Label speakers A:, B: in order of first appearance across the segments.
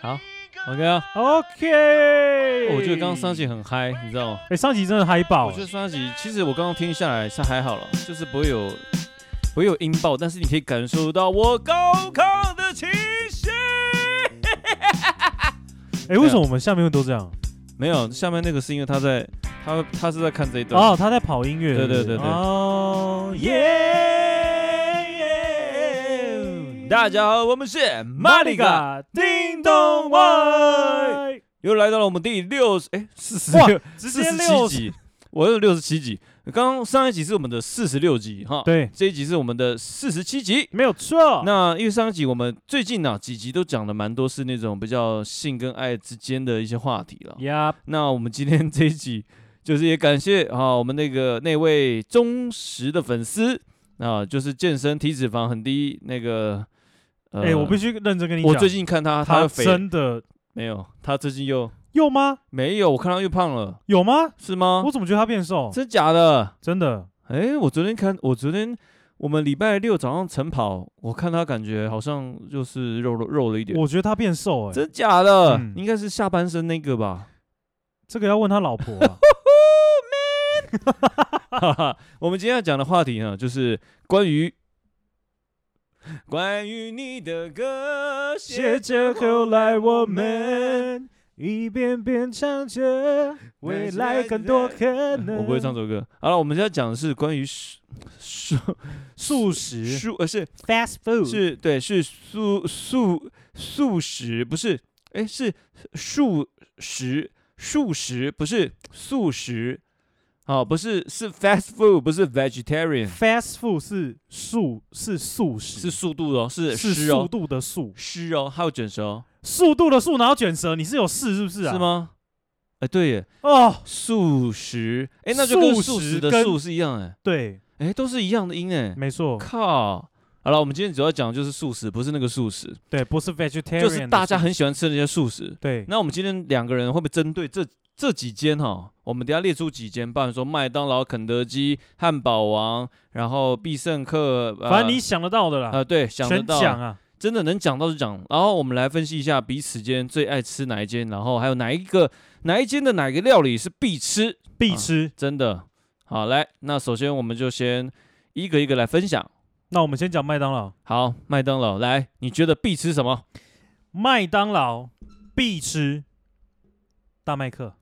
A: 好，OK 啊、哦
B: OK，
A: 我觉得刚刚上集很嗨，你知道吗？
B: 哎、上集真的嗨爆
A: 我觉，得上集其实我刚刚听下来是还好了，就是不会有不会有音爆，但是你可以感受到我高亢的情绪。
B: 哎、为什么我们下面会都这样？
A: 没有，下面那个是因为他在他他是在看这一段。
B: 哦，他在跑音乐，
A: 对对
B: 是不
A: 对
B: 是
A: 对
B: 哦耶
A: 大家好，我们是
B: 玛
A: 玛
B: 丽
A: 丽嘎，
B: 嘎叮咚外，
A: 又来到了我们第六十哎四十
B: 哇
A: 六
B: 直
A: 四
B: 接
A: 十七
B: 六十，
A: 集，我有六十七集。刚刚上一集是我们的四十六集哈，，
B: 对，
A: 这一集是我们的四十七集。
B: 没有错。
A: 那因为上一集我们最近呢、几集都讲的蛮多是那种比较性跟爱之间的一些话题了。
B: 呀，
A: 那我们今天这一集就是也感谢啊我们那个那位忠实的粉丝啊，就是健身体脂肪很低那个。呃
B: 哎，我必须认真跟你讲，
A: 我最近看他，
B: 他
A: 他肥
B: 真的
A: 没有，他最近又
B: 有吗？
A: 没有，我看他又胖了，
B: 有吗？
A: 是吗
B: 我？怎么觉得他变瘦？
A: 真假的？
B: 真的，
A: 哎，我昨天看，我昨天我们礼拜六早上晨跑，我看他感觉好像就是肉肉肉了一点，
B: 我觉得他变瘦哎，
A: 真假的？
B: 嗯
A: 应该是下半身那个吧？
B: 这个要问他老婆啊。
A: 哈哈，我们今天要讲的话题呢，就是关于关于你的歌，
B: 写着后来我们一遍遍唱着未来更多可能。
A: 我不会唱这首歌。好了，我们现在讲的是关于蔬蔬
B: 素食
A: 蔬，呃，是
B: fast food
A: 是，对，是素素素食，不是，哎，是素食，素食不是素食，哦，不是，是 fast food，不是 vegetarian，
B: fast food 是素 是素
A: 是
B: 食
A: 速度哦，是
B: 是
A: 湿
B: 速
A: 哦，
B: 度的速
A: 湿哦，还有卷舌哦，
B: 速度的速，然后卷舌，你是有事是不是啊？
A: 是？吗？哎，对耶，
B: 哦，
A: 素食，哎，那就跟
B: 素
A: 素
B: 食
A: 食的
B: 跟
A: 素是一样，哎，
B: 对，
A: 哎，都是一样的音，哎，
B: 没错，
A: 靠。好了，我们今天主要讲的就是素食，不是那个素食，
B: 对，不是 vegetarian，
A: 就是大家
B: 的素
A: 很喜欢吃的那些素食。
B: 对
A: 那我们今天两个人会不会针对这这几间哈？我们等一下列出几间，包含说麦当劳、肯德基、汉堡王，然后必胜客，呃、
B: 反正你想得到的啦，
A: 呃对想得
B: 全
A: 到，
B: 讲啊，
A: 真的能讲到就讲。然后我们来分析一下彼此间最爱吃哪一间，然后还有哪一个哪一间的哪个料理是必吃，
B: 必
A: 啊
B: 吃。
A: 真的。好，来，那首先我们就先一个一个来分享。
B: 那我们先讲麦当劳，
A: 好，麦当劳，来，你觉得必吃什么？
B: 麦当劳必吃大麦克。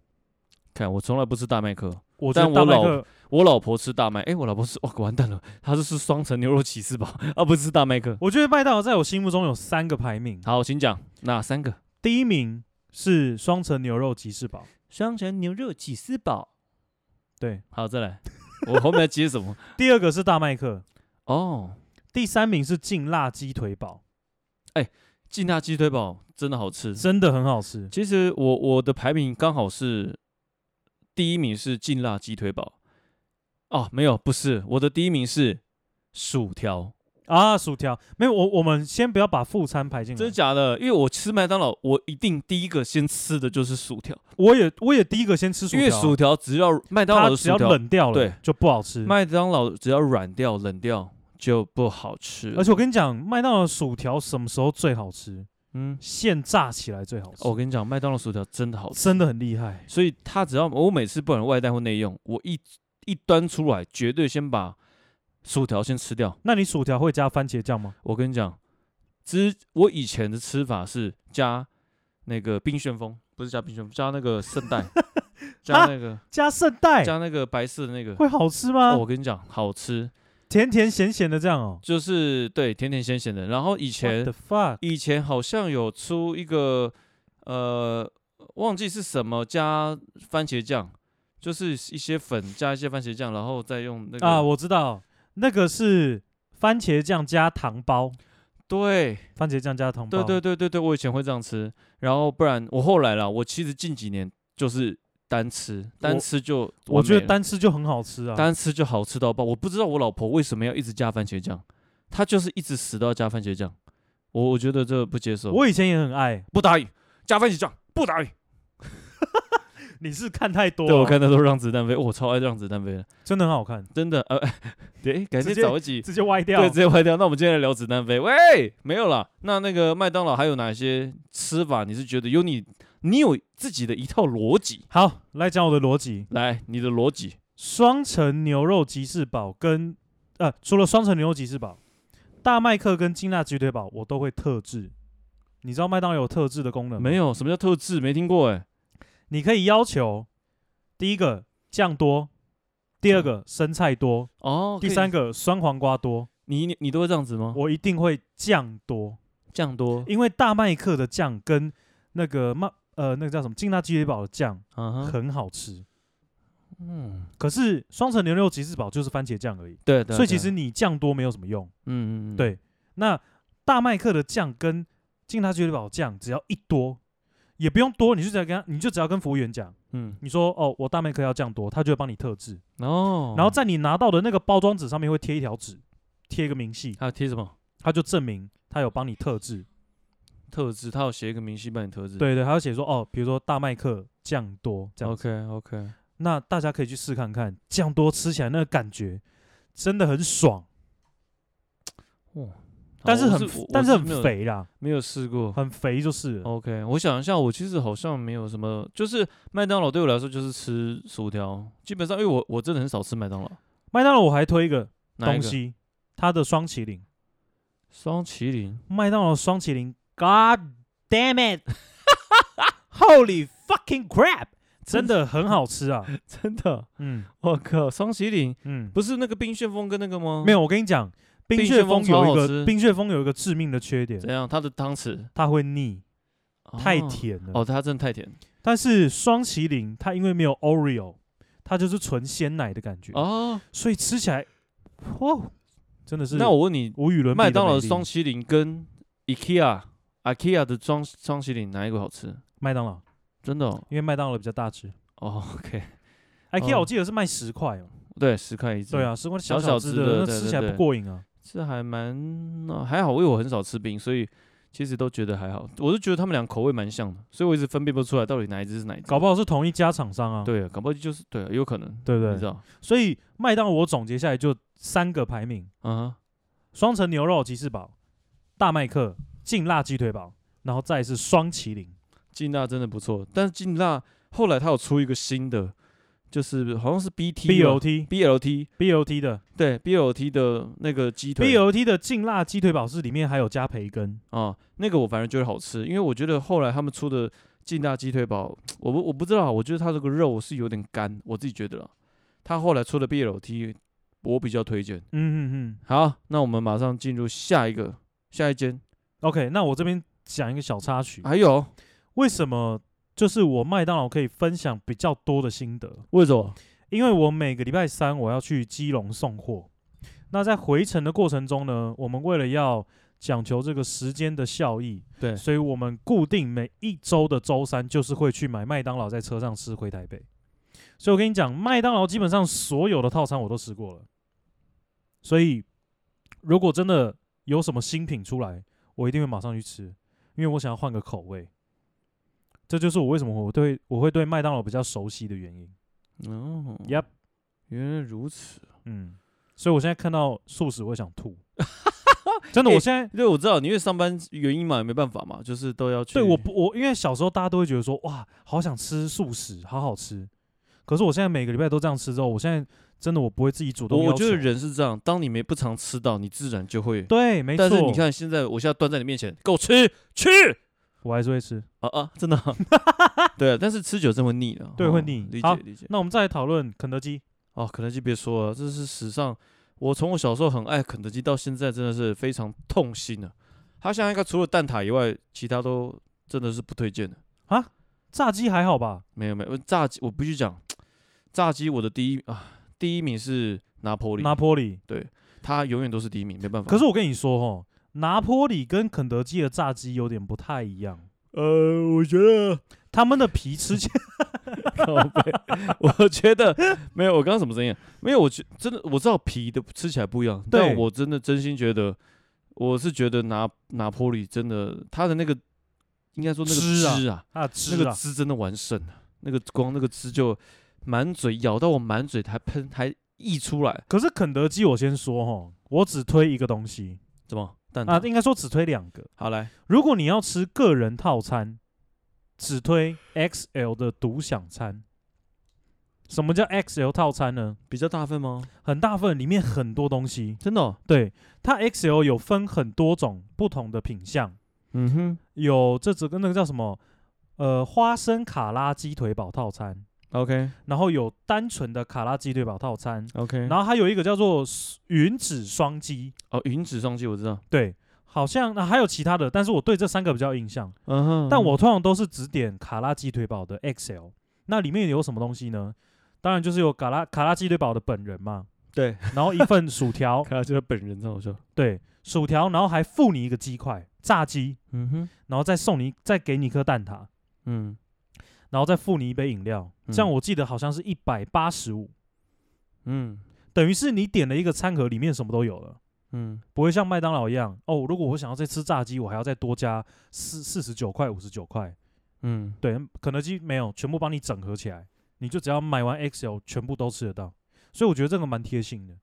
A: 看，我从来不吃大麦克，
B: 我觉得
A: 但
B: 大
A: 我
B: 麦
A: 老
B: 克
A: 我老婆吃大麦，诶，我老婆吃，哇，完蛋了，她是吃双层牛肉起司堡， 啊，不是大麦克。
B: 我觉得麦当劳在我心目中有三个排名，
A: 好，请讲哪三个？
B: 第一名是双层牛肉吉士堡，
A: 双层牛肉起司堡。
B: 对，
A: 好，再来，我后面要接什么？
B: 第二个是大麦克，
A: 哦，
B: 第三名是劲辣鸡腿堡，
A: 劲辣鸡腿堡真的好吃。
B: 真的很好吃。
A: 其实我我的排名刚好是第一名是劲辣鸡腿堡，哦，没有，不是，我的第一名是薯条。
B: 啊，薯条没有我，我们先不要把副餐排进
A: 真的
B: 来。
A: 假的？因为我吃麦当劳，我一定第一个先吃的就是薯条，
B: 我也我也第一个先吃薯
A: 因为
B: 条，啊
A: 薯条只要麦当劳
B: 它
A: 的
B: 只
A: 薯
B: 要
A: 条
B: 冷掉了，
A: 对，
B: 就不好吃。
A: 麦当劳只要软掉、冷掉就不好吃。
B: 而且我跟你讲，麦当劳的薯条什么时候最好吃？
A: 嗯，
B: 现炸起来最好吃，
A: 哦我跟你讲，麦当劳薯条真的好吃，
B: 真的很厉害。
A: 所以它只要我每次不管外带或内用，我一一端出来，绝对先把薯条先吃掉。
B: 那你薯条会加番茄酱吗？
A: 我跟你讲，之我以前的吃法是加那个冰旋风，不是加冰旋风，加那个圣 代，加那个、
B: 加圣代
A: 加那个白色的那个。
B: 啊哎会好吃吗？
A: 哦我跟你讲，好吃，
B: 甜甜咸咸的这样哦。
A: 就是对甜甜咸咸的。然后以前
B: What the fuck，
A: 以前好像有出一个呃，忘记是什么加番茄酱，就是一些粉加一些番茄酱，然后再用那个
B: 啊，我知道，那个是番茄酱加糖包，
A: 对
B: 番茄酱加糖包。
A: 对对对对对，我以前会这样吃，然后不然我后来啦，我其实近几年就是单吃，单
B: 我
A: 吃就
B: 我
A: 完
B: 觉
A: 美
B: 得单吃就很好吃啊。
A: 了单吃就好吃到爆，我不知道我老婆为什么要一直加番茄酱，她就是一直死都要加番茄酱，我我觉得这不接受，
B: 我以前也很爱，
A: 不答应加番茄酱，不答应。
B: 你是看太多了，啊
A: 对，我看的都是《让子弹飞》，我超爱《让子弹飞》的，
B: 真的很好看，
A: 真的。呃， 对，改
B: 直
A: 天
B: 接
A: 找一集，
B: 直接歪掉
A: 对，直。接歪掉。那我们今天来聊子弹飞。喂，没有了。那那个麦当劳还有哪些吃法？你是觉得有你，你有自己的一套逻辑？
B: 好，来讲我的逻辑，
A: 来，你的逻辑。
B: 双层牛肉吉士堡跟呃，除了双层牛肉吉士堡，大麦克跟金辣鸡腿堡我都会特制。你知道麦当劳有特制的功能吗
A: 没？有，什么叫特制？没听过哎。
B: 你可以要求第一个酱多，第
A: 嗯
B: 二个生菜多，
A: 哦，
B: 第三
A: 个，
B: 个酸黄瓜多。
A: 你你你都会这样子吗？
B: 我一定会酱多，
A: 酱多，
B: 因为大麦克的酱跟那个麦呃那个叫什么劲辣鸡腿堡的酱
A: 嗯哼，
B: 很好吃。
A: 嗯，
B: 可是双层牛肉吉士堡就是番茄酱而已，
A: 对对。
B: 所以
A: 对嗯
B: 其实，你酱多没有什么用。
A: 嗯嗯嗯，
B: 对，那大麦克的酱跟劲辣鸡腿堡酱只要一多，也不用多，你就只要跟他，你就只要跟服务员讲，
A: 嗯，
B: 你说哦，我大麦克要酱多，他就会帮你特制。
A: 哦，
B: 然后在你拿到的那个包装纸上面会贴一条纸，贴一个明细，
A: 还有贴什么
B: 他就证明他有帮你特制。
A: 特制？他有写一个明细帮你特制。
B: 对对，他会写说哦，比如说大麦克酱多这样子。
A: ，OK OK，
B: 那大家可以去试看看，酱多吃起来那个感觉真的很爽，
A: 哇，
B: 但
A: 好哦
B: 是
A: 我
B: 很
A: 是
B: 肥
A: 我
B: 但
A: 我
B: 是
A: 是没
B: 很
A: 有，哦
B: 肥啦，
A: 没有试过。
B: 很肥就是了。
A: OK，我想一下，我其实好像没有什么，就是麦当劳对我来说就是吃薯条，基本上因为我我真的很少吃麦当劳。
B: 麦当劳我还推一个
A: 哪一个，
B: 东西，它的双麒麟，
A: 双麒麟，
B: 麦当劳双麒麟，God damn it，Holy fucking crap，真的很好 吃啊。
A: 真的，
B: 嗯
A: 我靠，双麒麟
B: 嗯，
A: 不是那个冰旋风跟那个吗？
B: 没
A: 有，
B: 有，我跟你讲，冰
A: 冰
B: 旋
A: 旋
B: 风
A: 风超
B: 有一
A: 好
B: 个
A: 吃
B: 冰旋风有一个致命的缺点
A: 怎，样？它的汤匙
B: 它会腻，太
A: 哦
B: 甜了。
A: 哦，它真的太甜
B: 但是双麒麟它因为没有 Oreo，它就是纯鲜奶的感觉，
A: 哦。
B: 所以吃起来，哇，真的是
A: 那我问你，
B: 无与伦比
A: 麦当劳
B: 美
A: 的
B: 丽
A: 双麒麟跟 IKEA IKEA 的双双麒麟哪一个好吃？
B: 麦当劳，
A: 真的哦
B: 因为麦当劳比较大只
A: 哦，OK，
B: ，IKEA
A: 哦
B: 我记得是卖十块哦。
A: 对，十块一只。
B: 对，啊，十块
A: 小
B: 小
A: 小
B: 只
A: 只的
B: 那
A: 对
B: 吃
A: 对
B: 起来不
A: 对
B: 过瘾啊。
A: 这还蛮、啊还好，因为我很少吃冰，所以其实都觉得还好。我就觉得他们俩口味蛮像的，所以我一直分辨不出来到底哪一只是哪一只。
B: 搞不好是同一家厂商啊，
A: 对，搞不好就是对，有可能，
B: 对不
A: 你知
B: 对？
A: 道？
B: 所以麦当劳我总结下来就三个排名：
A: 啊
B: 双层牛肉吉士堡、大麦克、劲辣鸡腿堡，然后再来是双麒麟。
A: 哈，劲辣真的不错，但是劲辣后来他有出一个新的，就是好像是 BT 吧
B: BOT
A: BLT
B: BOT 的
A: 对 BLT 的那个鸡腿
B: BOT 的劲辣鸡腿堡是里面还有加培根，
A: 啊，那个我反而觉得好吃，因为我觉得后来他们出的劲辣鸡腿堡，我不我不知道啊，我觉得它这个肉是有点干，我自己觉得啦。他后来出的 BLT，我比较推荐。
B: 嗯嗯嗯
A: 好，那我们马上进入下一个下一间，
B: ，OK，那我这边讲一个小插曲，
A: 还有
B: 为什么就是我麦当劳可以分享比较多的心得？
A: 为什么？
B: 因为我每个礼拜三我要去基隆送货，那在回程的过程中呢，我们为了要讲求这个时间的效益，
A: 对
B: 所以我们固定每一周的周三就是会去买麦当劳在车上吃回台北。所以我跟你讲，麦当劳基本上所有的套餐我都吃过了，所以如果真的有什么新品出来，我一定会马上去吃，因为我想要换个口味。这就是我为什么我对我会对麦当劳比较熟悉的原因。
A: 哦
B: Yep
A: 原来如此。
B: 嗯，所以我现在看到素食我会想吐，真的，
A: 欸
B: 我现在、
A: 对，我知道，你因为上班原因嘛，也没办法嘛，就是都要去。
B: 对我不我因为小时候大家都会觉得说哇，好想吃素食，好好吃，可是我现在每个礼拜都这样吃之后，我现在真的我不会自己主
A: 我
B: 动要
A: 我
B: 求，
A: 觉得人是这样，当你没不常吃到，你自然就会。
B: 对，没错，
A: 但是你，看现在，我现在端在你面前，给我吃吃
B: 我还是会吃。
A: 啊啊，真的 啊、对啊，但是吃久真会腻的，
B: 对
A: 哦
B: 会腻
A: 理
B: 好
A: 解理解。
B: 那我们再来讨论肯德基，
A: 哦，肯德基别说了，这是史上我从我小时候很爱肯德基到现在，真的是非常痛心啊。它现在应该除了蛋挞以外，其他都真的是不推荐的。
B: 炸鸡还好吧？
A: 没有没有，炸鸡我必须讲，炸鸡我的第一啊第一名是拿破里，嗯
B: 拿坡里，
A: 它永远都是第一名，没办法。
B: 可是我跟你说哦，拿坡里跟肯德基的炸鸡有点不太一样，
A: 呃，我觉得
B: 他们的皮吃起来，
A: 靠背，我觉得没有，我刚刚什么声音啊？没有，我觉真的我知道皮的吃起来不一样，
B: 对
A: 但我真的真心觉得，我是觉得拿拿坡里真的它的那个应该说那个
B: 汁啊
A: 汁啊，
B: 啊，
A: 那
B: 吃
A: 个
B: 啊，
A: 汁真的完胜啊，那个光那个汁就满嘴咬到我满嘴还喷还溢出来，
B: 可是肯德基，我先说哈，我只推一个东西
A: 怎么蛋
B: 啊，
A: 挞？
B: 应该说只推两个。
A: 好来，
B: 如果你要吃个人套餐，只推 XL 的独享餐。什么叫 XL 套餐呢？
A: 比较大份吗？
B: 很大份，里面很多东西。
A: 真的哦、
B: 对，它 XL 有分很多种不同的品相，
A: 嗯哼
B: 有这只跟那个叫什么，呃，花生卡拉鸡腿堡套餐，
A: ，OK
B: 然后有单纯的卡拉鸡腿堡套餐，
A: OK，
B: 然后还有一个叫做 s- 云子双鸡，
A: 哦，云子双鸡我知道，
B: 对，好像、啊、还有其他的，但是我对这三个比较有印象。
A: 嗯哼，
B: 但我通常都是只点卡拉鸡腿堡的 XL。那里面有什么东西呢？当然就是有卡拉卡拉鸡腿堡的本人嘛，
A: 对，
B: 然后一份薯 条，
A: 看到就是本人真好笑，
B: 对，薯条，然后还附你一个鸡块炸鸡，
A: 嗯哼，
B: 然后再送你再给你一颗蛋挞，
A: 嗯，
B: 然后再附你一杯饮料。这样
A: 嗯
B: 我记得好像是一百八十五，
A: 嗯
B: 等于是你点了一个餐盒，里面什么都有了。
A: 嗯
B: 不会像麦当劳一样哦，如果我想要再吃炸鸡，我还要再多加四四十九块、五十九块。
A: 嗯，
B: 对，肯德基没有，全部帮你整合起来，你就只要买完 XL，全部都吃得到。所以我觉得这个蛮贴心的。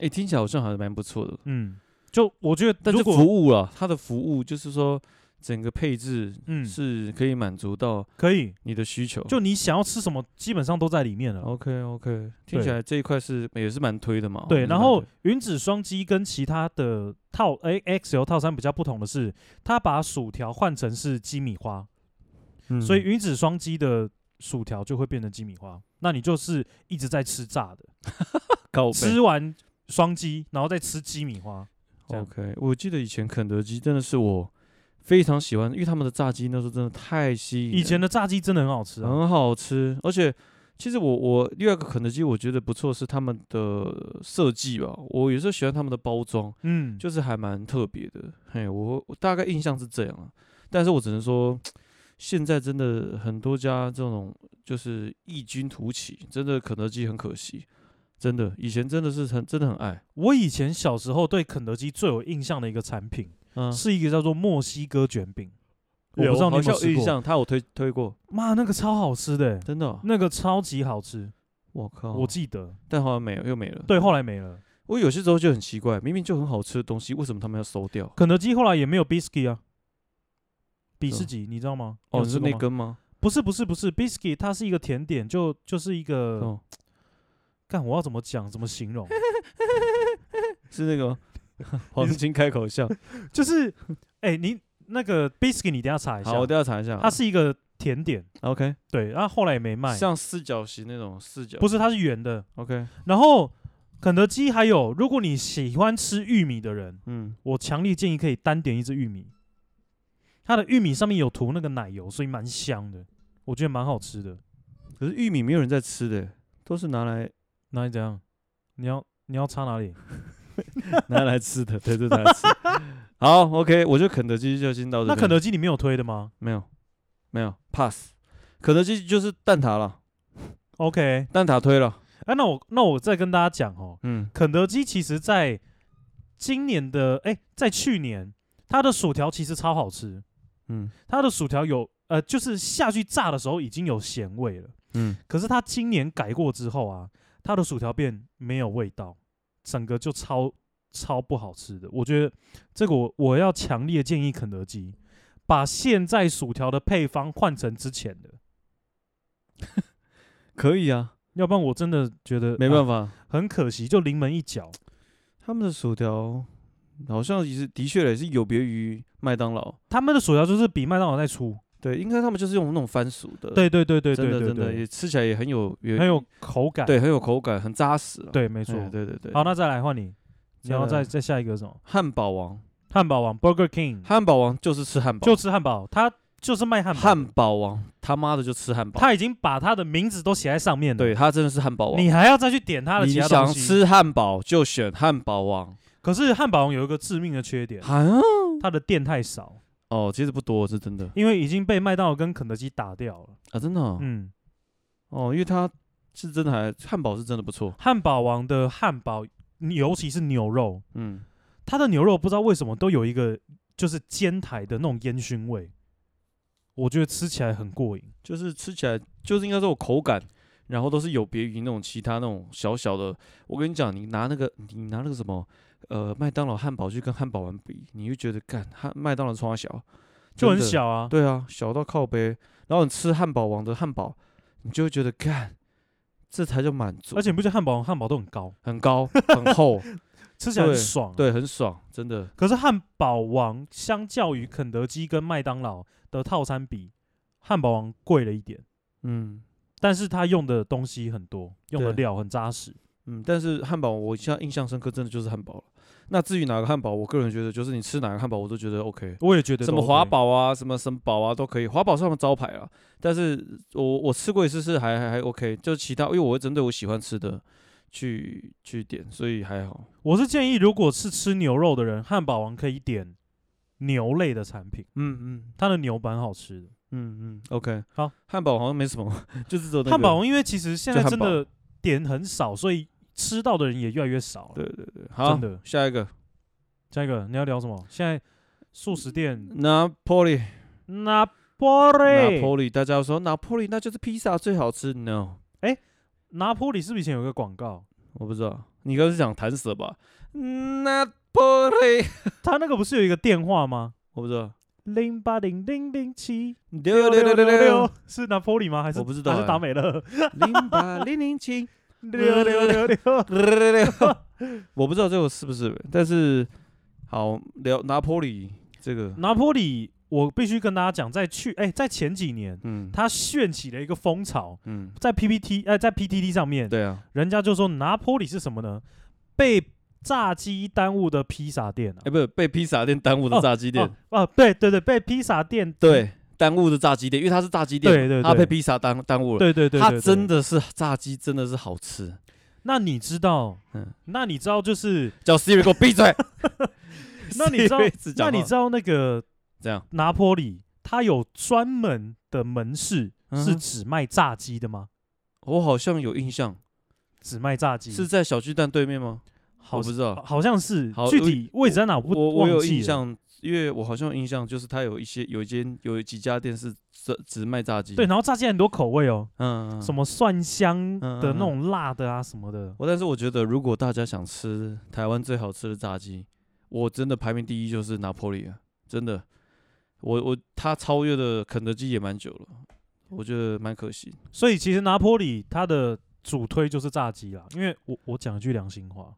A: 哎、听起来好像还蛮不错的，
B: 嗯，就我觉得，
A: 但是
B: 如
A: 服
B: 果
A: 务啊，它的服务就是说整个配置
B: 嗯
A: 是哦可以满足到
B: 可以，
A: 你的需求，
B: 就你想要吃什么，基本上都在里面了。
A: OK OK，听起
B: 对
A: 来这一块是也是蛮推的嘛。哦也
B: 对，
A: 是
B: 然
A: 蛮
B: 后
A: 推
B: 云子双鸡跟其他的套诶 XL 套餐比较不同的是，它把薯条换成是鸡米花，
A: 嗯
B: 所以云子双鸡的薯条就会变成鸡米花，那你就是一直在吃炸的，
A: 靠
B: 吃完双鸡，然后再吃鸡米花。这样
A: OK，我记得以前肯德基真的是我非常喜欢，因为他们的炸鸡那时候真的哦太吸引人，
B: 以前的炸鸡真的很好吃啊，
A: 很好吃，而且。其实我我另外一个肯德基我觉得不错是他们的设计吧，我有时候喜欢他们的包装，
B: 嗯，
A: 就是还蛮特别的。嘿，我我大概印象是这样啊，但是我只能说，现在真的很多家这种就是异军突起，真的肯德基很可惜，真的以前真的是很真的很爱，
B: 我以前小时候对肯德基最有印象的一个产品、
A: 嗯，
B: 是一个叫做墨西哥卷饼，我不知道
A: 好
B: 你有没
A: 像
B: 有吃
A: 印
B: 过，
A: 象，他有推推过，
B: 妈那个超好吃的欸、
A: 真的哦、
B: 那个超级好吃，
A: 我靠，
B: 我记得。
A: 但好像没有又没了。
B: 对，后来没了，
A: 我有些时候就很奇怪，明明就很好吃的东西，为什么他们要收掉？
B: 肯德基后来也没有 biscuit 啊，比
A: 是
B: 士
A: 吗
B: 吉你知道吗？
A: 哦，
B: 有
A: 你
B: 吃
A: 是
B: 过
A: 那
B: 吗
A: 根吗？
B: 不是不是不是 biscuit，它是一个甜点，就就是一个，
A: 哦，
B: 看、我要怎么讲怎么 形容，
A: 是那个吗 黄金开口笑。
B: 就是哎、你那个 biscuit 你等一下查一 下，
A: 好，我都要查一下。啊
B: 它是一个甜点，
A: OK，
B: 对，然后后来也没卖，
A: 像四角形那种四角，
B: 不是它是圆的，
A: OK，
B: 然后肯德基还有，如果你喜欢吃玉米的人，
A: 嗯，
B: 我强烈建议可以单点一只玉米，它的玉米上面有涂那个奶油，所以蛮香的，我觉得蛮好吃的。
A: 可是玉米没有人在吃的，都是拿来
B: 那你怎样？你要你要插哪里？
A: 拿来吃的，对，都拿来吃。 好，OK，我觉得肯德基就先到这
B: 那
A: 边。
B: 肯德基你没有推的吗
A: 没有，没有 pass。肯德基就是蛋挞了，
B: ？OK，哎、
A: 蛋挞推了，
B: 那我那我再跟大家讲哦，
A: 嗯，
B: 肯德基其实在今年的哎、在去年它的薯条其实超好吃，
A: 嗯
B: 它的薯条有呃，就是下去炸的时候已经有咸味了。
A: 嗯，
B: 可是它今年改过之后啊，它的薯条变没有味道，整个就超超不好吃的。我觉得这个我我要强烈建议肯德基把现在薯条的配方换成之前的，
A: 可以啊，
B: 要不然我真的觉得
A: 没办
B: 法、
A: 法，
B: 很可惜，就临门一脚。
A: 他们的薯条好像也是的确也是有别于麦当劳，
B: 他们的薯条就是比麦当劳再粗，
A: 对，应该他们就是用那种番薯的，
B: 对对对对对
A: 真的
B: 对
A: 真的
B: 对，
A: 也吃起来也很有也
B: 很有口感。
A: 对很有口感，很扎实啊，
B: 对，没错。
A: 哎对对对。
B: 好，那再来换你，
A: 再
B: 然后再
A: 来
B: 再下一个是什么？
A: 汉堡王，
B: 汉堡王 Burger King
A: 汉堡王就是吃汉堡，
B: 就吃汉堡，他就是卖汉堡的。
A: 汉堡王，他妈的就吃汉堡。
B: 他已经把他的名字都写在上面了。
A: 对，他真的是汉堡王。
B: 你还要再去点他的
A: 你
B: 其他
A: 想
B: 东西。
A: 吃汉堡就选汉堡王
B: 可是汉堡王有一个致命的缺点，
A: 啊？
B: 它的店太少，
A: 哦，其实不多，是真的
B: 因为已经被麦当劳跟肯德基打掉了。
A: 啊，真的哦，
B: 嗯，
A: 哦因为它是真的还汉堡是真的不错，
B: 汉堡王的汉堡，尤其是牛肉，
A: 嗯，
B: 它的牛肉不知道为什么都有一个就是煎台的那种烟熏味，我觉得吃起来很过瘾。
A: 就是吃起来就是应该说我口感，然后都是有别于那种其他那种小小的。我跟你讲，你拿那个你拿那个什么呃麦当劳汉堡去跟汉堡王比，你就觉得干汉麦当劳超小，
B: 就很
A: 真的。
B: 小啊。
A: 对啊，小到靠背。然后你吃汉堡王的汉堡，你就会觉得干，这才叫满足，
B: 而且你不嗯觉得汉堡汉堡都很高，
A: 很高 很厚，
B: 吃起来很
A: 对
B: 爽、啊。
A: 对，很爽，真的。
B: 可是汉堡王相较于肯德基跟麦当劳的套餐比，汉堡王贵了一点，
A: 嗯
B: 但是它用的东西很多，用的
A: 对
B: 料很扎实。
A: 嗯，但是汉堡我现在印象深刻，真的就是汉堡了。那至于哪个汉堡，我个人觉得就是你吃哪个汉堡，我都觉得 OK。
B: 我也觉得
A: 什
B: 都
A: 么华
B: OK，
A: 堡啊，什么神堡啊，都可以。华堡是他们招牌啊，但是我我吃过一次是还还还 OK，就其他因为我会针对我喜欢吃的去去点，所以还好。
B: 我是建议如果是吃牛肉的人，汉堡王可以点牛类的产品，
A: 嗯嗯
B: 它的牛蛮好吃的。
A: 嗯嗯，OK。
B: 好，
A: 汉堡好像没什么， 就是走那个
B: 汉堡。王因为其实现在
A: 就
B: 真
A: 汉堡
B: 的点很少，所以吃到的人也越来越少了。
A: 对对对，好
B: 真的，
A: 下一个
B: 下一个你要聊什么？现在素食店
A: Napoli，
B: 拿破
A: 拿
B: 里，
A: 破里，大家说拿破里那就是披萨最好吃，no，
B: 拿破里是不是以前有一个广告？
A: 我不知道，你刚刚是想弹舌吧？Napoli，
B: 他那个不是有一个电话吗？
A: 我不知道，
B: 零八零零零七
A: 六六六六六，
B: 是拿破里吗？还是
A: 我不知道
B: 还是
A: 哎
B: 达 美乐
A: 零八零零七。
B: 六六六六。
A: 我不知道这个是不是，但是好聊拿坡里这个，
B: 拿破里，我必须跟大家讲，在去哎、在前几年，
A: 嗯，
B: 他炫起了一个风潮，
A: 嗯，
B: 在 PPT 哎、在 PTT 上面，
A: 对啊，
B: 人家就说拿破里是什么呢？被炸鸡耽误的披萨店啊
A: 哎、，不是被披萨店耽误的炸鸡店，
B: 哦哦，对对对，被披萨店
A: 对，耽误的炸鸡店，因为它是炸鸡店，
B: 嗯对对对
A: 它被披萨耽耽误了，
B: 对对对，
A: 它
B: 对
A: 真。
B: 对
A: 的是炸鸡，真的是好吃，
B: 那你知道
A: 嗯，
B: 那你知道就是，，
A: 叫 Siri 给我闭嘴
B: 那你知道
A: Siri 一直，讲
B: 那
A: 话
B: 你知道那个
A: 这样
B: 拿坡里，它有专门的门市
A: 嗯
B: 是
A: 哼
B: 只卖炸鸡的吗？
A: 我好像有印象，
B: 只卖炸鸡
A: 是在小巨蛋对面吗？
B: 嗯好
A: 我不知道，
B: 好像是
A: 好
B: 具体位置在哪我
A: 我
B: 不
A: 我
B: 忘
A: 有
B: 记
A: 印
B: 了。
A: 象，因为我好像有印象，就是它有一些有一间有几家店是只只卖炸鸡，
B: 对，然后炸鸡很多口味哦，
A: 嗯，嗯嗯，嗯
B: 什么蒜香
A: 嗯
B: 的
A: 嗯
B: 那种辣的啊什么的，
A: 我但是我觉得，如果大家想吃台湾最好吃的炸鸡，我真的排名第一就是拿破里啊，真的。我我它超越了肯德基也蛮久了，我觉得蛮可惜。
B: 所以其实拿坡里它的主推就是炸鸡啦，因为我我讲一句良心话，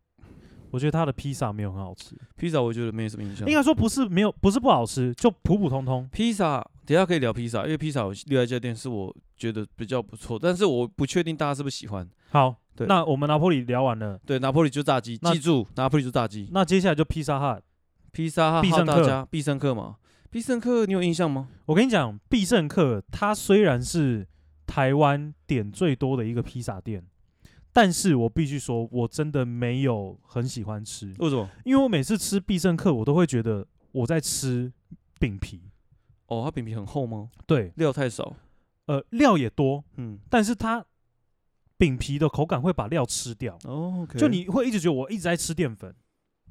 B: 我觉得它的披萨没有很好吃，
A: 披萨我觉得没什么印象
B: 应。该说不是没有，不是不好吃，就普普通通。
A: 披萨等一下可以聊披萨，因为披萨有另外一家店是我觉得比较不错，但是我不确定大家是不是喜欢。
B: 好，
A: 对
B: 那我们拿坡里聊完了，
A: 对，拿破里就炸鸡，
B: 那
A: 记住拿破里就炸鸡。
B: 那接下来就披萨 hut。
A: 披萨哈
B: 必胜
A: 哈
B: 客
A: 大家必胜客嘛，必胜客你有印象吗？
B: 我跟你讲，必胜客它虽然是台湾点最多的一个披萨店，但是我必须说，我真的没有很喜欢吃，
A: 为什么？
B: 因为我每次吃必胜客，我都会觉得我在吃饼皮，
A: 哦，它饼皮很厚吗？
B: 对，
A: 料太少。
B: 呃，料也多，
A: 嗯，
B: 但是它饼皮的口感会把料吃掉，
A: 哦，OK
B: 就你会一直觉得我一直在吃淀粉，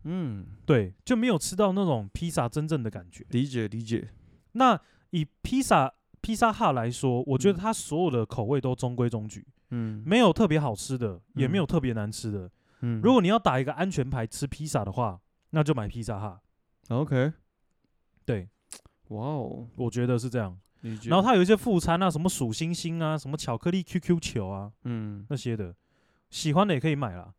A: 嗯，
B: 对，就没有吃到那种披萨真正的感觉。
A: 理解理解。
B: 那以披萨披萨哈来说，我觉
A: 嗯
B: 得它所有的口味都中规中矩。
A: 嗯，
B: 没有特别好吃的，也没
A: 嗯
B: 有特别难吃的。
A: 嗯，
B: 如果你要打一个安全牌吃披萨的话，那就买披萨哈。
A: OK，
B: 对，
A: 哇哦，
B: 我觉得是这样。
A: 理解。
B: 然后它有一些副餐啊，什么数星星啊，什么巧克力 QQ 球啊
A: 嗯，
B: 那些的，喜欢的也可以买啦。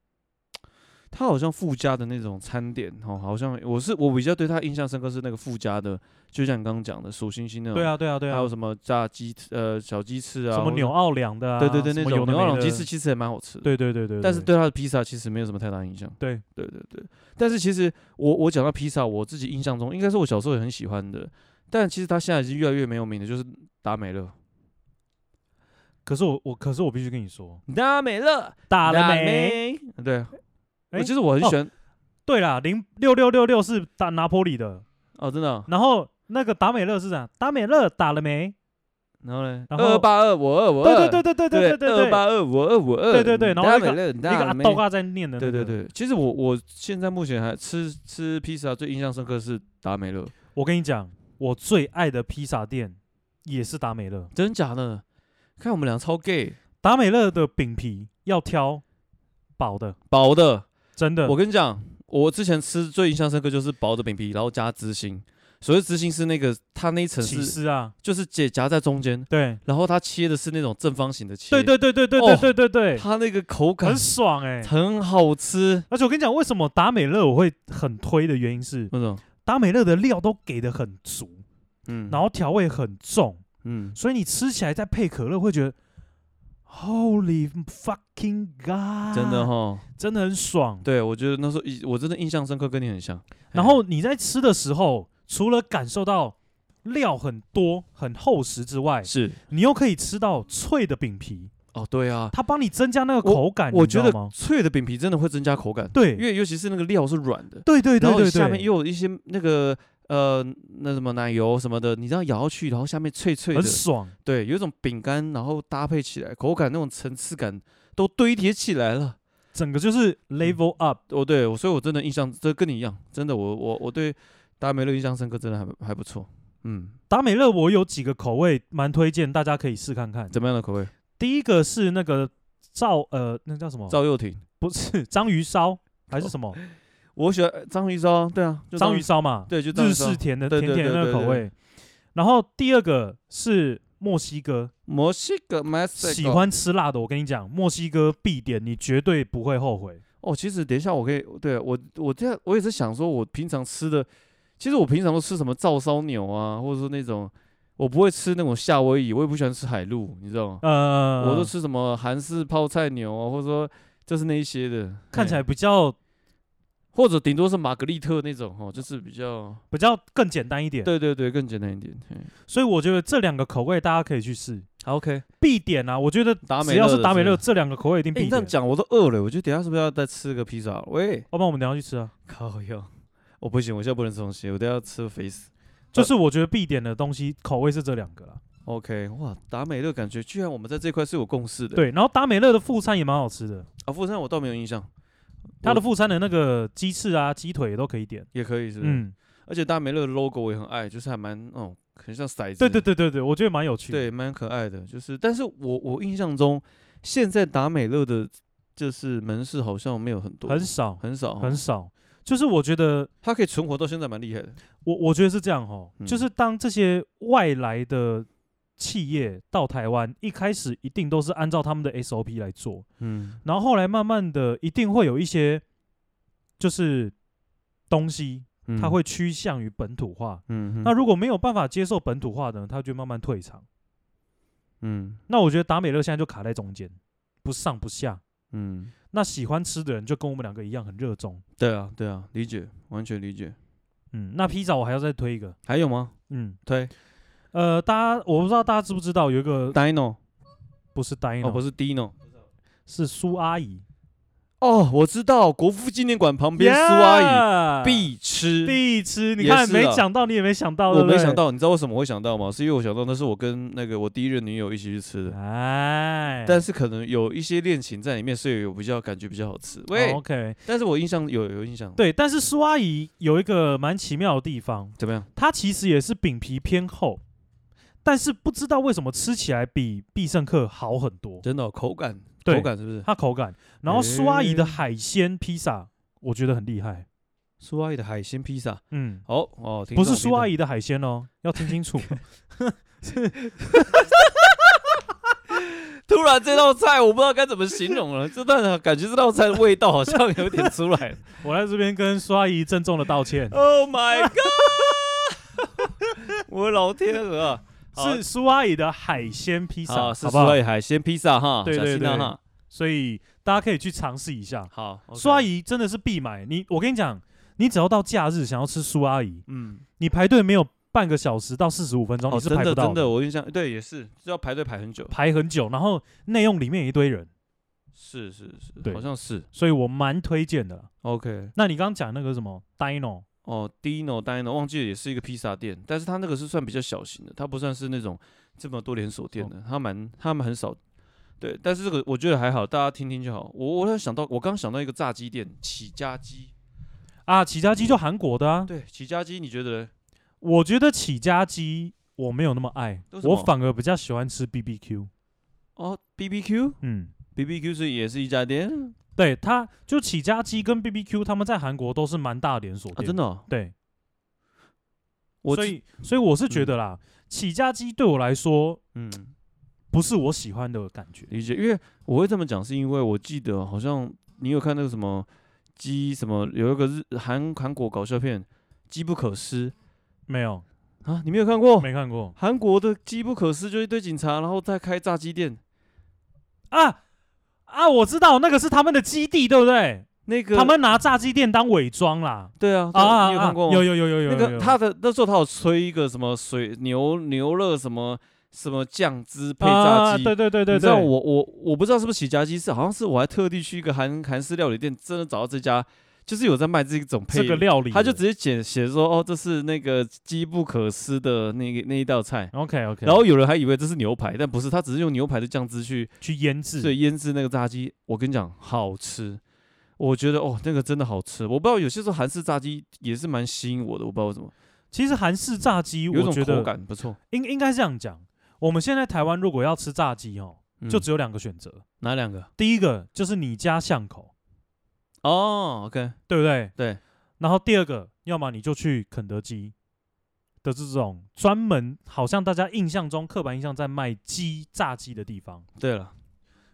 A: 它好像附加的那种餐点哦，好像我是我比较对它印象深刻是那个附加的，就像你刚刚讲的数星星那种，
B: 对，啊，对啊，对
A: 还
B: 啊
A: 有，什么炸鸡呃小鸡翅啊，
B: 什么
A: 或者
B: 纽奥良的啊，
A: 对对对
B: 什
A: 那
B: 么
A: 种
B: 有的
A: 牛
B: 没
A: 奥良鸡
B: 的
A: 翅，其实也蛮好吃的。
B: 对对对对，
A: 但是对它的披萨其实没有什么太大印象。
B: 对
A: 对对对，但是其实我我讲到披萨，我自己印象中应该是我小时候也很喜欢的，但其实它现在已经越来越没有名的，就是达美乐。
B: 可是我我可是我必须跟你说，
A: 达美乐，
B: 打了
A: 达
B: 没？
A: 美？对啊，我
B: 哎
A: 其实我很
B: 哦
A: 喜欢
B: 对啦，零六六六六是打拿坡里的，
A: 哦，真的啊。
B: 然后那个达美乐是啥？达美乐打了没？
A: 然后呢？
B: 然
A: 二
B: 后
A: 八二五二五
B: 对
A: 二，
B: 对对对对对对对，
A: 二八二五二五二，
B: 对对对然后
A: 达
B: 一个
A: 美乐，
B: 一个
A: 达
B: 阿
A: 美
B: 豆，啊在念的、
A: 对对，对。其实我我现在目前还吃吃披萨最印象深刻是达美乐，
B: 我跟你讲，我最爱的披萨店也是达美乐。
A: 真假的？看我们俩超 gay，
B: 达美乐的饼皮要挑薄的，
A: 薄的。
B: 真的。
A: 我跟你讲，我之前吃最印象深刻就是薄的饼皮，然后加芝心。所谓芝心是那个它那一层
B: 起
A: 是
B: 司啊，
A: 就是解夹在中间，
B: 对，
A: 然后它切的是那种正方形的切，
B: 对对对对对
A: 哦
B: 对对对对，
A: 它那个口感
B: 很爽哎、
A: 很好吃，
B: 而且我跟你讲，为什么达美乐我会很推的原因是，
A: 那种
B: 达美乐的料都给的很足，
A: 嗯，
B: 然后调味很重，
A: 嗯，
B: 所以你吃起来再配可乐会觉得，Holy fucking God，
A: 真的哦哈，
B: 真的很爽。
A: 对我觉得那时候一我真的印象深刻，跟你很像。哎
B: 然后你在吃的时候，除了感受到料很多、很厚实之外
A: 哎，是
B: 你又可以吃到脆的饼皮，
A: 哦，对啊，
B: 它帮你增加那个口感，
A: 我
B: 你知
A: 觉
B: 道
A: 得
B: 吗？
A: 脆的饼皮真的会增加口感，
B: 对，
A: 因为尤其是那个料是软的，
B: 对对
A: 然
B: 对
A: 后
B: 对
A: 下面
B: 对，
A: 又有一些那个呃那什么奶油什么的，你这样咬下去，然后下面脆脆的
B: 很，爽。
A: 对，有一种饼干，然后搭配起来，口感那种层次感都堆叠起来了。
B: 整个就是 level up，
A: 哦，对，我所以我真的印象，这跟你一样，真的，我我我对达美乐印象深刻，真的还还不错。嗯，
B: 达美乐我有几个口味蛮推荐，大家可以试看看。
A: 怎么样的口味？
B: 第一个是那个赵呃，那叫什么？
A: 赵又廷，
B: 不是章鱼烧还是什么？
A: 我喜欢章鱼烧，对啊，就
B: 章鱼烧嘛，
A: 对就章鱼
B: 日
A: 烧
B: 式甜的
A: 对
B: 甜
A: 对
B: 甜的那
A: 对对
B: 个口
A: 对
B: 味。然后第二个是墨西哥，
A: 墨西哥 m e x
B: 喜欢吃辣的，我跟你讲，墨西哥必点，你绝对不会后悔。
A: 哦。其实等一下我可以，对啊我我这样我也是想说，我平常吃的，其实我平常都吃什么照烧牛啊，或者说那种，我不会吃那种夏威夷，我也不喜欢吃海陆，你知道吗？
B: 呃，
A: 我都吃什么韩式泡菜牛啊，或者说就是那一些的，
B: 看起
A: 嘿
B: 来比较
A: 或者顶多是玛格丽特那种哦，就是比较，
B: 比较更简单一点，
A: 对对对，更简单一点。嘿
B: 所以我觉得这两个口味大家可以去试，
A: 好，OK。
B: 必点啊！我觉得
A: 达美
B: 只要
A: 乐
B: 是
A: 的
B: 达美
A: 是不
B: 乐，
A: 是
B: 这两个口味一定
A: 哎、
B: 必
A: 你这样
B: 点。
A: 讲我都饿了，我觉得等一下是不是要再吃个披萨？喂，
B: 要不然我们等一下去吃啊。
A: 靠哟，我不行，我现在不能吃东西，我等一下吃肥死。
B: 就是我觉得必点的东西口味是这两个啦。
A: OK，哇，达美乐感觉居然我们在这块是有共识的。
B: 对，然后达美乐的副餐也蛮好吃的，
A: 啊，富山我倒没有印象，
B: 它的
A: 我
B: 副餐的那个鸡翅啊、鸡腿也都可以点。
A: 也可以是不是，
B: 嗯，
A: 而且达美乐的 logo 我也很爱，就是还蛮哦，很像骰子，
B: 对对对对对，我觉得蛮有趣的。
A: 对，蛮可爱的。就是，但是我我印象中，现在达美乐的就是门市好像没有很多，
B: 很少
A: 很少哦，
B: 很少，就是我觉得
A: 它可以存活到现在蛮厉害的。
B: 我我觉得是这样哦，
A: 嗯
B: 就是当这些外来的企业到台湾，一开始一定都是按照他们的 SOP 来做，
A: 嗯，
B: 然后后来慢慢的一定会有一些就是东西，它会趋向于本土化。
A: 嗯嗯，嗯
B: 嗯那如果没有办法接受本土化的呢，它就慢慢退场。
A: 嗯
B: 那我觉得达美乐现在就卡在中间，不上不下。
A: 嗯，
B: 那喜欢吃的人就跟我们两个一样很热衷。
A: 对啊对啊，理解，完全理解。
B: 嗯，那披萨我还要再推一个。
A: 还有吗？
B: 嗯，
A: 对
B: 呃，大家我不知道大家知不知道有一个
A: ，Dino
B: 不是 Dino，、
A: 哦，不是 Dino
B: 是苏阿姨，
A: 哦，我知道，国父纪念馆旁边苏阿姨
B: 阿
A: 必吃。
B: 必吃。你
A: 也
B: 看
A: 是
B: 没
A: 啊
B: 想到，你也没想到，
A: 我
B: 对不
A: 没
B: 对
A: 想。到，你知道为什么我会想到吗？是因为我想到那是我跟那个我第一任女友一起去吃的，
B: 哎，
A: 但是可能有一些恋情在里面，所以有比较感觉比较好吃。喂，
B: 哦 OK，
A: 但是我印象有有印象，，
B: 对，但是苏阿姨有一个蛮奇妙的地方，
A: 怎么样？
B: 它其实也是饼皮偏厚，但是不知道为什么吃起来比必胜客好很多，
A: 真的哦口感，
B: 对
A: 口感是不是？
B: 它口感。然后苏阿姨的
A: 诶
B: 海鲜披萨，我觉得很厉害。
A: 苏阿姨的海鲜披萨，
B: 嗯，
A: 哦哦，
B: 不是苏阿
A: 姨，
B: 姨的海鲜哦，要听清楚。
A: 突然这道菜我不知道该怎么形容了，这段感觉这道菜的味道好像有点出 来了。，
B: 我在这边跟苏阿姨郑重的道歉
A: Oh my god！我老天鹅啊，好
B: 是苏阿姨的海鲜披萨，
A: 啊好是
B: 好
A: 苏
B: 不好
A: 阿？姨海鲜披萨哈，
B: 对
A: 小
B: 对
A: 心啊
B: 对
A: 哈。
B: 所以大家可以去尝试一下。
A: 好，
B: 苏阿，姨真的是必买，你我跟你讲，你只要到假日想要吃苏阿姨，
A: 嗯，
B: 你排队没有半个小时到四十五分钟，
A: 哦，
B: 你是
A: 真
B: 排不
A: 的
B: 到
A: 真的，我印象对也是，就要排队排很久。
B: 排很久，然后内用里面一堆人，
A: 是是是，
B: 对
A: 好像是
B: 所以我蛮推荐的啦。
A: OK。
B: 那你刚刚讲那个什么 Dino，
A: 哦，Dino Dino 忘记了，也是一个披萨店，但是它那个是算比较小型的，它不算是那种这么多连锁店
B: 哦
A: 的，它蛮他们很少。对，但是这个我觉得还好，大家听听就好。我我有想到，我刚想到一个炸鸡店，起家鸡。
B: 啊，起家鸡就韩国的啊，
A: 对，起家鸡，你觉得嘞？
B: 我觉得起家鸡，我没有那么爱
A: 都，什
B: 我
A: 么
B: 反而比较喜欢吃 B B Q。
A: 哦，B B Q
B: 嗯，
A: B B Q 是也是一家店
B: 对，它就起家鸡跟 B B Q，他们在韩国都是蛮大的连锁
A: 啊，
B: 店。
A: 真
B: 的。
A: 的哦、
B: 对，
A: 我
B: 所
A: 知
B: 以所以我是觉得啦，起家鸡对我来说
A: 嗯。
B: 不是我喜欢的感觉。
A: 理解，因为我会这么讲，是因为我记得好像你有看那个什么鸡什么，有一个日韩韩国搞笑片《鸡不可失
B: 没有，》
A: 啊，你没有看过？
B: 没看过
A: 韩国的《鸡不可失》就一堆警察，然后再开炸鸡店，
B: 啊啊！我知道那个是他们的基地，对不对？
A: 那个
B: 他们拿炸鸡店当伪装啦。
A: 对啊
B: 啊啊！
A: 你有
B: 啊
A: 看过吗？
B: 有有有有有
A: 那
B: 有
A: 个
B: 有
A: 他的那时候他有吹一个什么水牛牛肉什么什么酱汁配炸
B: 啊
A: 鸡。
B: 对对对对
A: 你知道
B: 对，
A: 我我我不知道是不是起家鸡翅，好像是我还特地去一个韩韩式料理店，真的找到这家，就是有在卖这种配
B: 这个料理
A: 他就
B: 的
A: 直接写写说，哦，这是那个机不可失的那个那一道菜。
B: OK OK，
A: 然后有人还以为这是牛排，但不是，他只是用牛排的酱汁去
B: 去腌制，
A: 所以腌制那个炸鸡。我跟你讲，好吃，我觉得哦，那个真的好吃。我不知道有些时候韩式炸鸡也是蛮吸引我的，我不知道为什么，
B: 其实韩式炸鸡，
A: 有
B: 我
A: 一种
B: 觉
A: 口
B: 得
A: 感不错。
B: 应应该这样讲。我们现在台湾如果要吃炸鸡哦，就
A: 嗯
B: 只有两个选择，
A: 哪两个？
B: 第一个就是你家巷口，
A: 哦，OK，
B: 对不对？
A: 对。
B: 然后第二个，要么你就去肯德基的这种专门，好像大家印象中刻板印象在卖鸡炸鸡的地方，
A: 对了，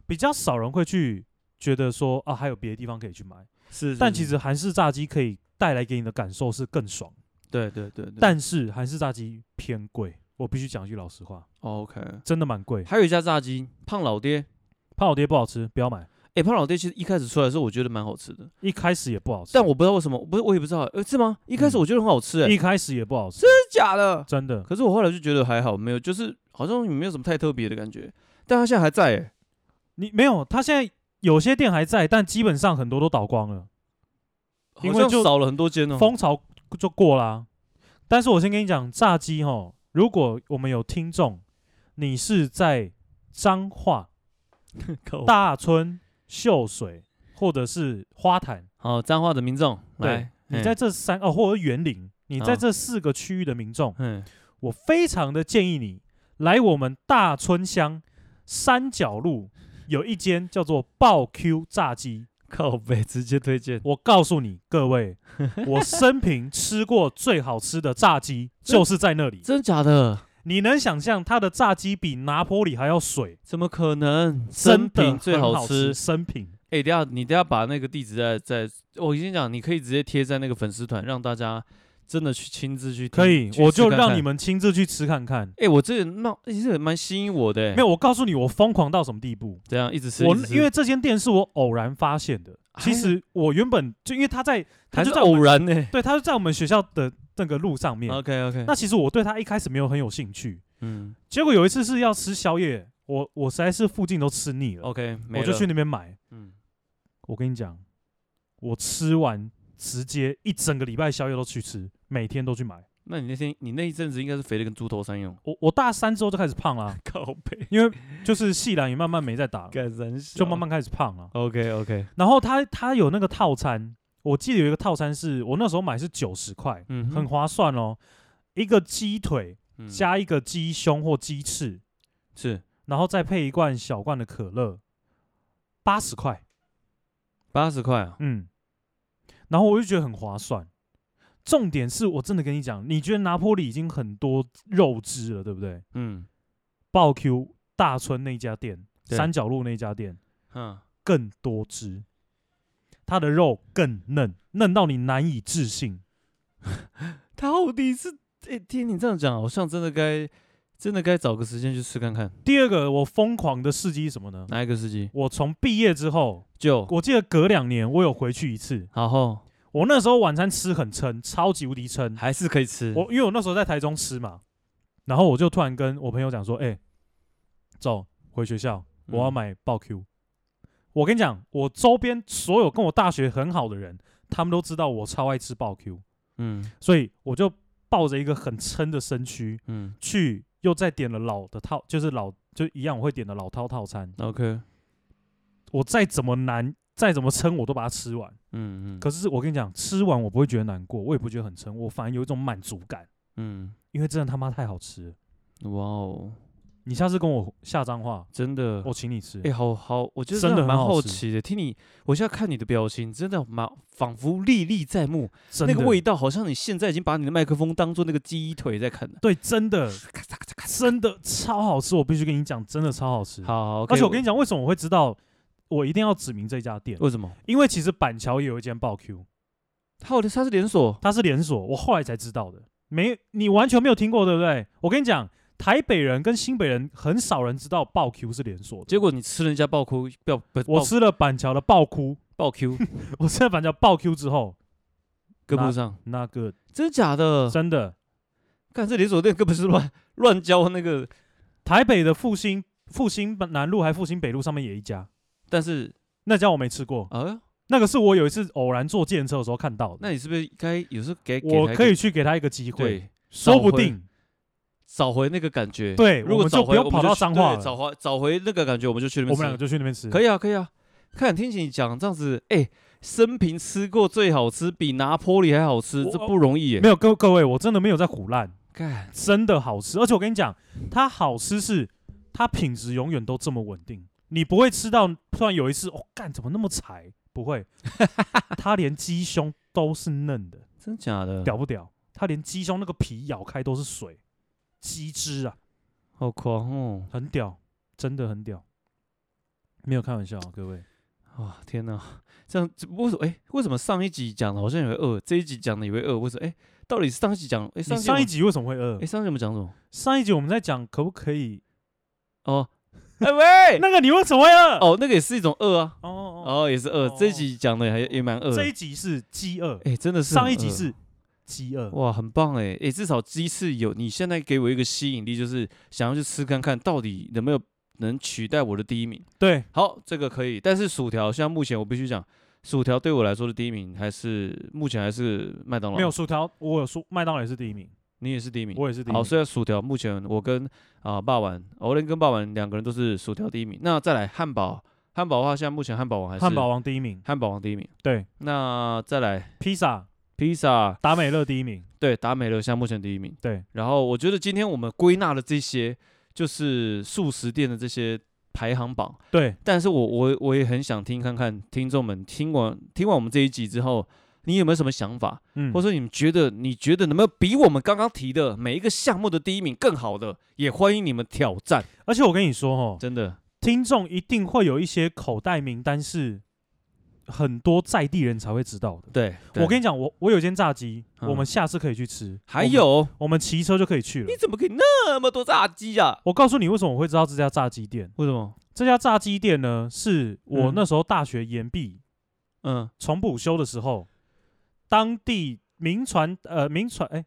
B: 比较少人会去觉得说啊，还有别的地方可以去买。
A: 是
B: 但其实韩式炸鸡可以带来给你的感受是更爽，
A: 对对对对，
B: 但是韩式炸鸡偏贵，我必须讲一句老实话，
A: 哦 OK，
B: 真的蛮贵。
A: 还有一家炸鸡，胖老爹。
B: 胖老爹不好吃，不要买。
A: 哎，胖老爹其实一开始出来的时候，我觉得蛮好吃的，
B: 一开始也不好吃，
A: 但我不知道为什么，不是我也不知道，呃，是吗？一开始
B: 嗯
A: 我觉得很好吃，哎，
B: 一开始也不好吃，
A: 真假的？
B: 真的。
A: 可是我后来就觉得还好，没有，就是好像也没有什么太特别的感觉。但他现在还在、欸，
B: 你没有，他现在有些店还在，但基本上很多都倒光了，因为
A: 好像
B: 就
A: 少了很多间哦、
B: 风潮就过啦。但是我先跟你讲，炸鸡吼，如果我们有听众，你是在彰化、
A: 口
B: 大村、秀水或者是花坛，
A: 好，彰化的民众来，
B: 你
A: 嗯
B: 在这三哦，或者园林，你在
A: 啊
B: 这四个区域的民众，
A: 嗯，
B: 我非常的建议你来我们大村乡山脚路有一间叫做爆 Q 炸鸡。
A: 靠北直接推荐，
B: 我告诉你各位，我生平吃过最好吃的炸鸡就是在那里。
A: 真假的？
B: 你能想象它的炸鸡比拿坡里还要水？
A: 怎么可能？
B: 真
A: 生
B: 的
A: 平
B: 很
A: 最
B: 好
A: 吃。
B: 生平
A: 哎、等一下你等一下把那个地址在在，我跟你讲，你可以直接贴在那个粉丝团，让大家真的去亲自去听。
B: 可以，
A: 去
B: 我
A: 试
B: 就
A: 看
B: 让
A: 看
B: 你。们亲自去吃看看。
A: 哎、我这那其实也蛮吸引我的、欸，
B: 没有，我告诉你，我疯狂到什么地步。
A: 这样一直吃，
B: 我
A: 一直吃
B: 因为这间店是我偶然发现的。其
A: 哎
B: 实我原本就因为他在，他
A: 还是
B: 就在我们
A: 偶然呢、
B: 对，他就在我们学校的那个路上面。
A: OK OK，
B: 那其实我对他一开始没有很有兴趣，
A: 嗯
B: 结果有一次是要吃宵夜，我我实在是附近都吃腻了，
A: ，OK，没哦
B: 我就
A: 了
B: 去那边买。
A: 嗯，
B: 我跟你讲，我吃完直接一整个礼拜宵夜都去吃，每天都去买。
A: 那你那天你那一阵子应该是肥的跟猪头三 样，，
B: 我我大三之后就开始胖啦
A: 靠背，
B: 因为就是细篮也慢慢没在打了，
A: 干人
B: 就慢慢开始胖了。
A: OK OK，
B: 然后他他有那个套餐，我记得有一个套餐是我那时候买是九十块，
A: 嗯
B: 很划算哦，一个鸡腿。
A: 很
B: 加一个鸡胸或鸡翅，
A: 是
B: 然后再配一罐小罐的可乐，八十块，
A: 八十块啊，
B: 嗯，然后我就觉得很划算。重点是我真的跟你讲，你觉得拿破里已经很多肉汁了，对不对？
A: 嗯
B: 爆 Q 大村那家店，
A: 对
B: 三角路那家店
A: 嗯，
B: 更多汁，它的肉更嫩，嫩到你难以置信。
A: 他到底是哎，听你这样讲，好像真的该真的该找个时间去试看看，
B: 第二个我疯狂的事迹是什么呢？
A: 哪一个司机
B: 我从毕业之后，
A: 就
B: 我记得隔两年我有回去一次，
A: 然后
B: 我那时候晚餐吃很撑，超级无敌撑。
A: 还是可以吃，
B: 我因为我那时候在台中吃嘛，然后我就突然跟我朋友讲说：“哎、走回学校，我要
A: 嗯
B: 买爆 Q。我跟你讲，我周边所有跟我大学很好的人，他们都知道我超爱吃爆 Q，
A: 嗯
B: 所以我就抱着一个很撑的身躯
A: 嗯
B: 去，又再点了老的套，就是老就一样我会点的老饕套餐。
A: 嗯，OK，
B: 我再怎么难，再怎么撑，我都把它吃完。
A: 嗯嗯
B: 可是我跟你讲，吃完我不会觉得难过，我也不觉得很撑，我反而有一种满足感，
A: 嗯
B: 因为真的他妈太好吃了。
A: 哇哦，
B: 你下次跟我下脏话，
A: 真的，
B: 我请你吃。
A: 哎、好好，我觉得
B: 真
A: 真
B: 的
A: 的蛮
B: 很好
A: 好
B: 吃
A: 奇的，听你，我现在看你的表情，真的蛮仿佛历历在目，
B: 真
A: 那
B: 的
A: 个味道好像你现在已经把你的麦克风当做那个鸡腿在看了。
B: 对，真的，真的超好吃，我必须跟你讲，真的超好吃。
A: 好好，OK，
B: 而且我跟你讲，为什么我会知道，我一定要指明这家店，
A: 为什么？
B: 因为其实板桥也有一间爆 Q，
A: 好的，它是连锁，
B: 它是连锁，我后来才知道的。没，你完全没有听过，对不对？我跟你讲，台北人跟新北人很少人知道爆 Q 是连锁的。
A: 结果你吃人家爆哭，不要不
B: 我
A: 爆
B: 吃了板桥的爆哭，
A: 爆 Q，
B: 我吃了板桥爆 Q 之后，
A: 跟不上，
B: 那个
A: 真的假的？
B: 真的，
A: 看这连锁店根本是乱乱教那个，
B: 台北的复兴复兴南路还复兴北路上面也一家，
A: 但是
B: 那家我没吃过，
A: 啊，
B: 那个是我有一次偶然坐电车的时候看到的。
A: 那你是不是该有时候给给
B: 我
A: 他一
B: 可
A: 个
B: 以去给他一个机会，
A: 对
B: 说不
A: 找回
B: 定
A: 找回那个感觉？
B: 对
A: 如
B: 我
A: 果
B: 们就
A: 找
B: 不
A: 回
B: 用
A: 我们
B: 跑到
A: 去
B: 彰
A: 对
B: 化了
A: 找回找回那个感觉，我们就去那
B: 我
A: 边
B: 们两个
A: 吃。
B: 就去那边吃。
A: 可
B: 以，
A: 以啊，可以啊。看听起你讲这样子，哎，生平吃过最好吃，比拿坡里还好吃，
B: 我
A: 这不容易耶
B: 没。有各各位，我真的没有在胡乱，
A: 干，
B: 真的好吃。而且我跟你讲，它好吃是它品质永远都这么稳定，你不会吃到突然有一次，哦，干怎么那么柴？不会， 它连鸡胸都是嫩的，
A: 真假的？
B: 屌不屌？它连鸡胸那个皮咬开都是水，鸡汁啊，
A: 好狂哦！
B: 很屌，真的很屌，没有开玩笑、啊，各位。
A: 啊，天哪，这样这为什么？哎，为什么上一集讲的好像也会饿，这一集讲的也会饿？为什么？哎，到底是上一集讲？哎，
B: 你
A: 上
B: 上一
A: 集
B: 集为什么会饿
A: 我们，哎，？上一集我们讲什么？
B: 上一集我们在讲可不可以
A: 哦，哎 喂，
B: 那个你为什么会饿？
A: 哦，那个也是一种饿啊，
B: 哦哦
A: 哦，也是饿。这一集讲的还也蛮饿的。
B: 这一集是饥饿，
A: 哎，真的是很
B: 上一集
A: 饿
B: 是饥饿。
A: 哇，很棒哎！哎，至少鸡翅有，你现在给我一个吸引力，就是想要去吃看看，到底能不能能取代我的第一名。
B: 对，
A: 好，这个可以，但是薯条，像目前我必须讲，薯条对我来说的第一名还是目前还是麦当劳。
B: 没有，薯条，我有说麦当劳也是第一名，
A: 你也是哦第一名。
B: 我也是第一
A: 好，
B: 名。
A: 虽然薯条目前我跟啊霸王欧伦跟霸王两个人都是薯条第一名，那再来汉堡，汉堡的话，现在目前汉堡王还是
B: 汉堡王第一名，
A: 汉堡王第一名。
B: 对，
A: 那再来
B: 披萨
A: 披萨，
B: 达美乐第一名，
A: 对，达美乐现在目前第一名。
B: 对，
A: 然后我觉得今天我们归纳了这些，就是素食店的这些排行榜。
B: 对，
A: 但是我我我也很想听看看听众们听完听完我们这一集之后，你有没有什么想法，
B: 嗯
A: 或，者说你们觉得你觉得能不能比我们刚刚提的每一个项目的第一名更好的，也欢迎你们挑战。
B: 而且我跟你说哦，
A: 真的，
B: 听众一定会有一些口袋名单是很多在地人才会知道的。
A: 对
B: 我跟
A: 你
B: 你讲，我我有一间炸鸡，
A: 嗯
B: 我们下次可以去吃。
A: 还
B: 我们，
A: 有，
B: 我们骑车就可以去了
A: 你。怎么可以那么多炸鸡啊？
B: 我告诉你为什么我会知道这家炸鸡店。
A: 为什么？
B: 这家炸鸡店呢，是我
A: 嗯
B: 那时候大学研毕
A: 嗯，
B: 重补修的时候，当地民传呃民传哎、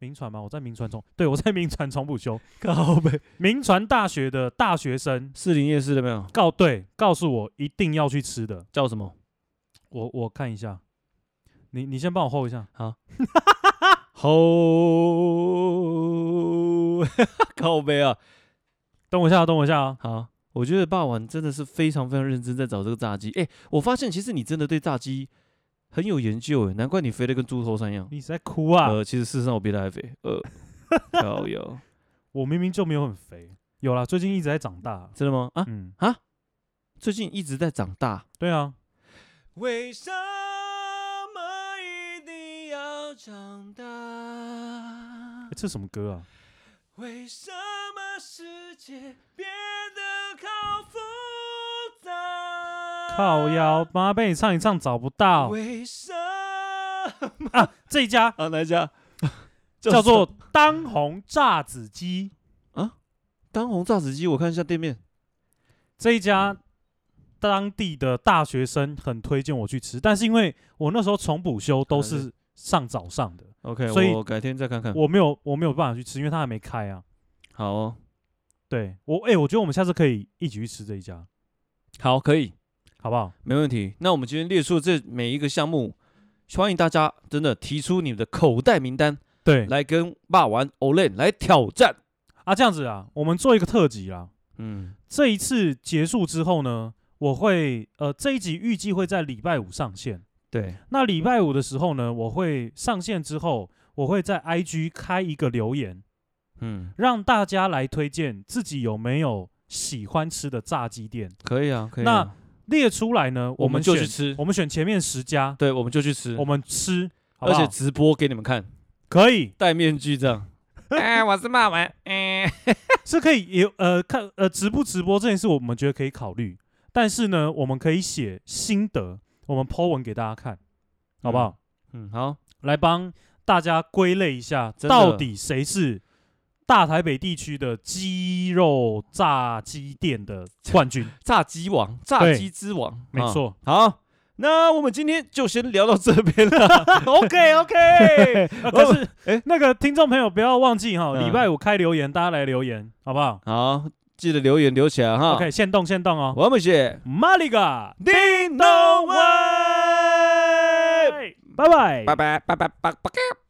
B: 民传吗？我在民传重对我在民传重补修，
A: 靠呗，
B: 民传大学的大学生
A: 士林夜市的没有
B: 告对告诉我一定要去吃的，
A: 叫什么？
B: 我我看一下，你你先帮我 hold 一下，
A: 吼， 靠呗啊！
B: 等我一下，等我一下啊，
A: 好，我觉得霸王真的是非常非常认真在找这个炸鸡。哎、我发现其实你真的对炸鸡很有研究诶，难怪你飞得跟猪头山一样。
B: 你一直在哭啊，
A: 呃，其实事实上我比他还肥。 呃，靠有
B: 我明明就没有很肥，有啦，最近一直在长大，
A: 真的吗？啊，
B: 嗯，
A: 最近一直在长大。
B: 对啊，
A: 为什么一定要长大
B: 诶？这什么歌啊？
A: 为什么世界变得好复杂
B: 靠腰，妈被你唱一唱找不到
A: 为什么？
B: 啊，这一家。
A: 啊，哪一家？
B: 叫做当红炸子鸡
A: 当红炸子鸡，我看一下店面。
B: 这一家，当地的大学生很推荐我去吃，但是因为我那时候重补修都
A: 可能
B: 是上早上的，
A: OK，
B: 所以
A: 我改天再看看。
B: 我没有我没有办法去吃，因为它还没开啊。
A: 好、哦，
B: 对我，哎、我觉得我们下次可以一起去吃这一家，
A: 好，可以，
B: 好不好？
A: 没问题。那我们今天列出这每一个项目，欢迎大家真的提出你们的口袋名单
B: 对，
A: 来跟霸王 Olen 来挑战。
B: 啊，这样子啊，我们做一个特辑啦。
A: 嗯，
B: 这一次结束之后呢，我会呃这一集预计会在礼拜五上线。
A: 对，
B: 那礼拜五的时候呢，我会上线之后，我会在 IG 开一个留言，
A: 嗯，
B: 让大家来推荐自己有没有喜欢吃的炸鸡店，
A: 可以啊，可以
B: 那
A: 啊。
B: 列出来呢，
A: 我
B: 们
A: 就
B: 选
A: 去，吃，
B: 我们选前面十家，
A: 对，我们就去吃，
B: 我们吃，好不
A: 而
B: 好
A: 且直播给你们看，
B: 可以
A: 戴面具这样。 哎，我是骂完，哎，
B: 是可以也呃看呃直不直播这件事，我们觉得可以考虑，但是呢，我们可以写心得，我们 po 文给大家看，好不好？
A: 嗯，好，
B: 来帮大家归类一下，
A: 真的
B: 到底谁是大台北地区的鸡肉炸鸡店的 冠军？
A: 炸鸡王，炸
B: 对
A: 鸡之王，
B: 没
A: 啊。
B: 错，
A: 好，那我们今天就先聊到这边 了。OK OK，
B: 呃可是
A: 哎
B: 那个听众朋友不要忘记哈，
A: 嗯
B: 礼拜五开留言，大家来留言，好不好
A: 好，记得留言留起来哈。
B: ？OK，现动现动哦，
A: 我们是
B: 马里嘎，
A: 叮咚外，
B: 拜拜
A: 哎拜。拜拜拜拜拜。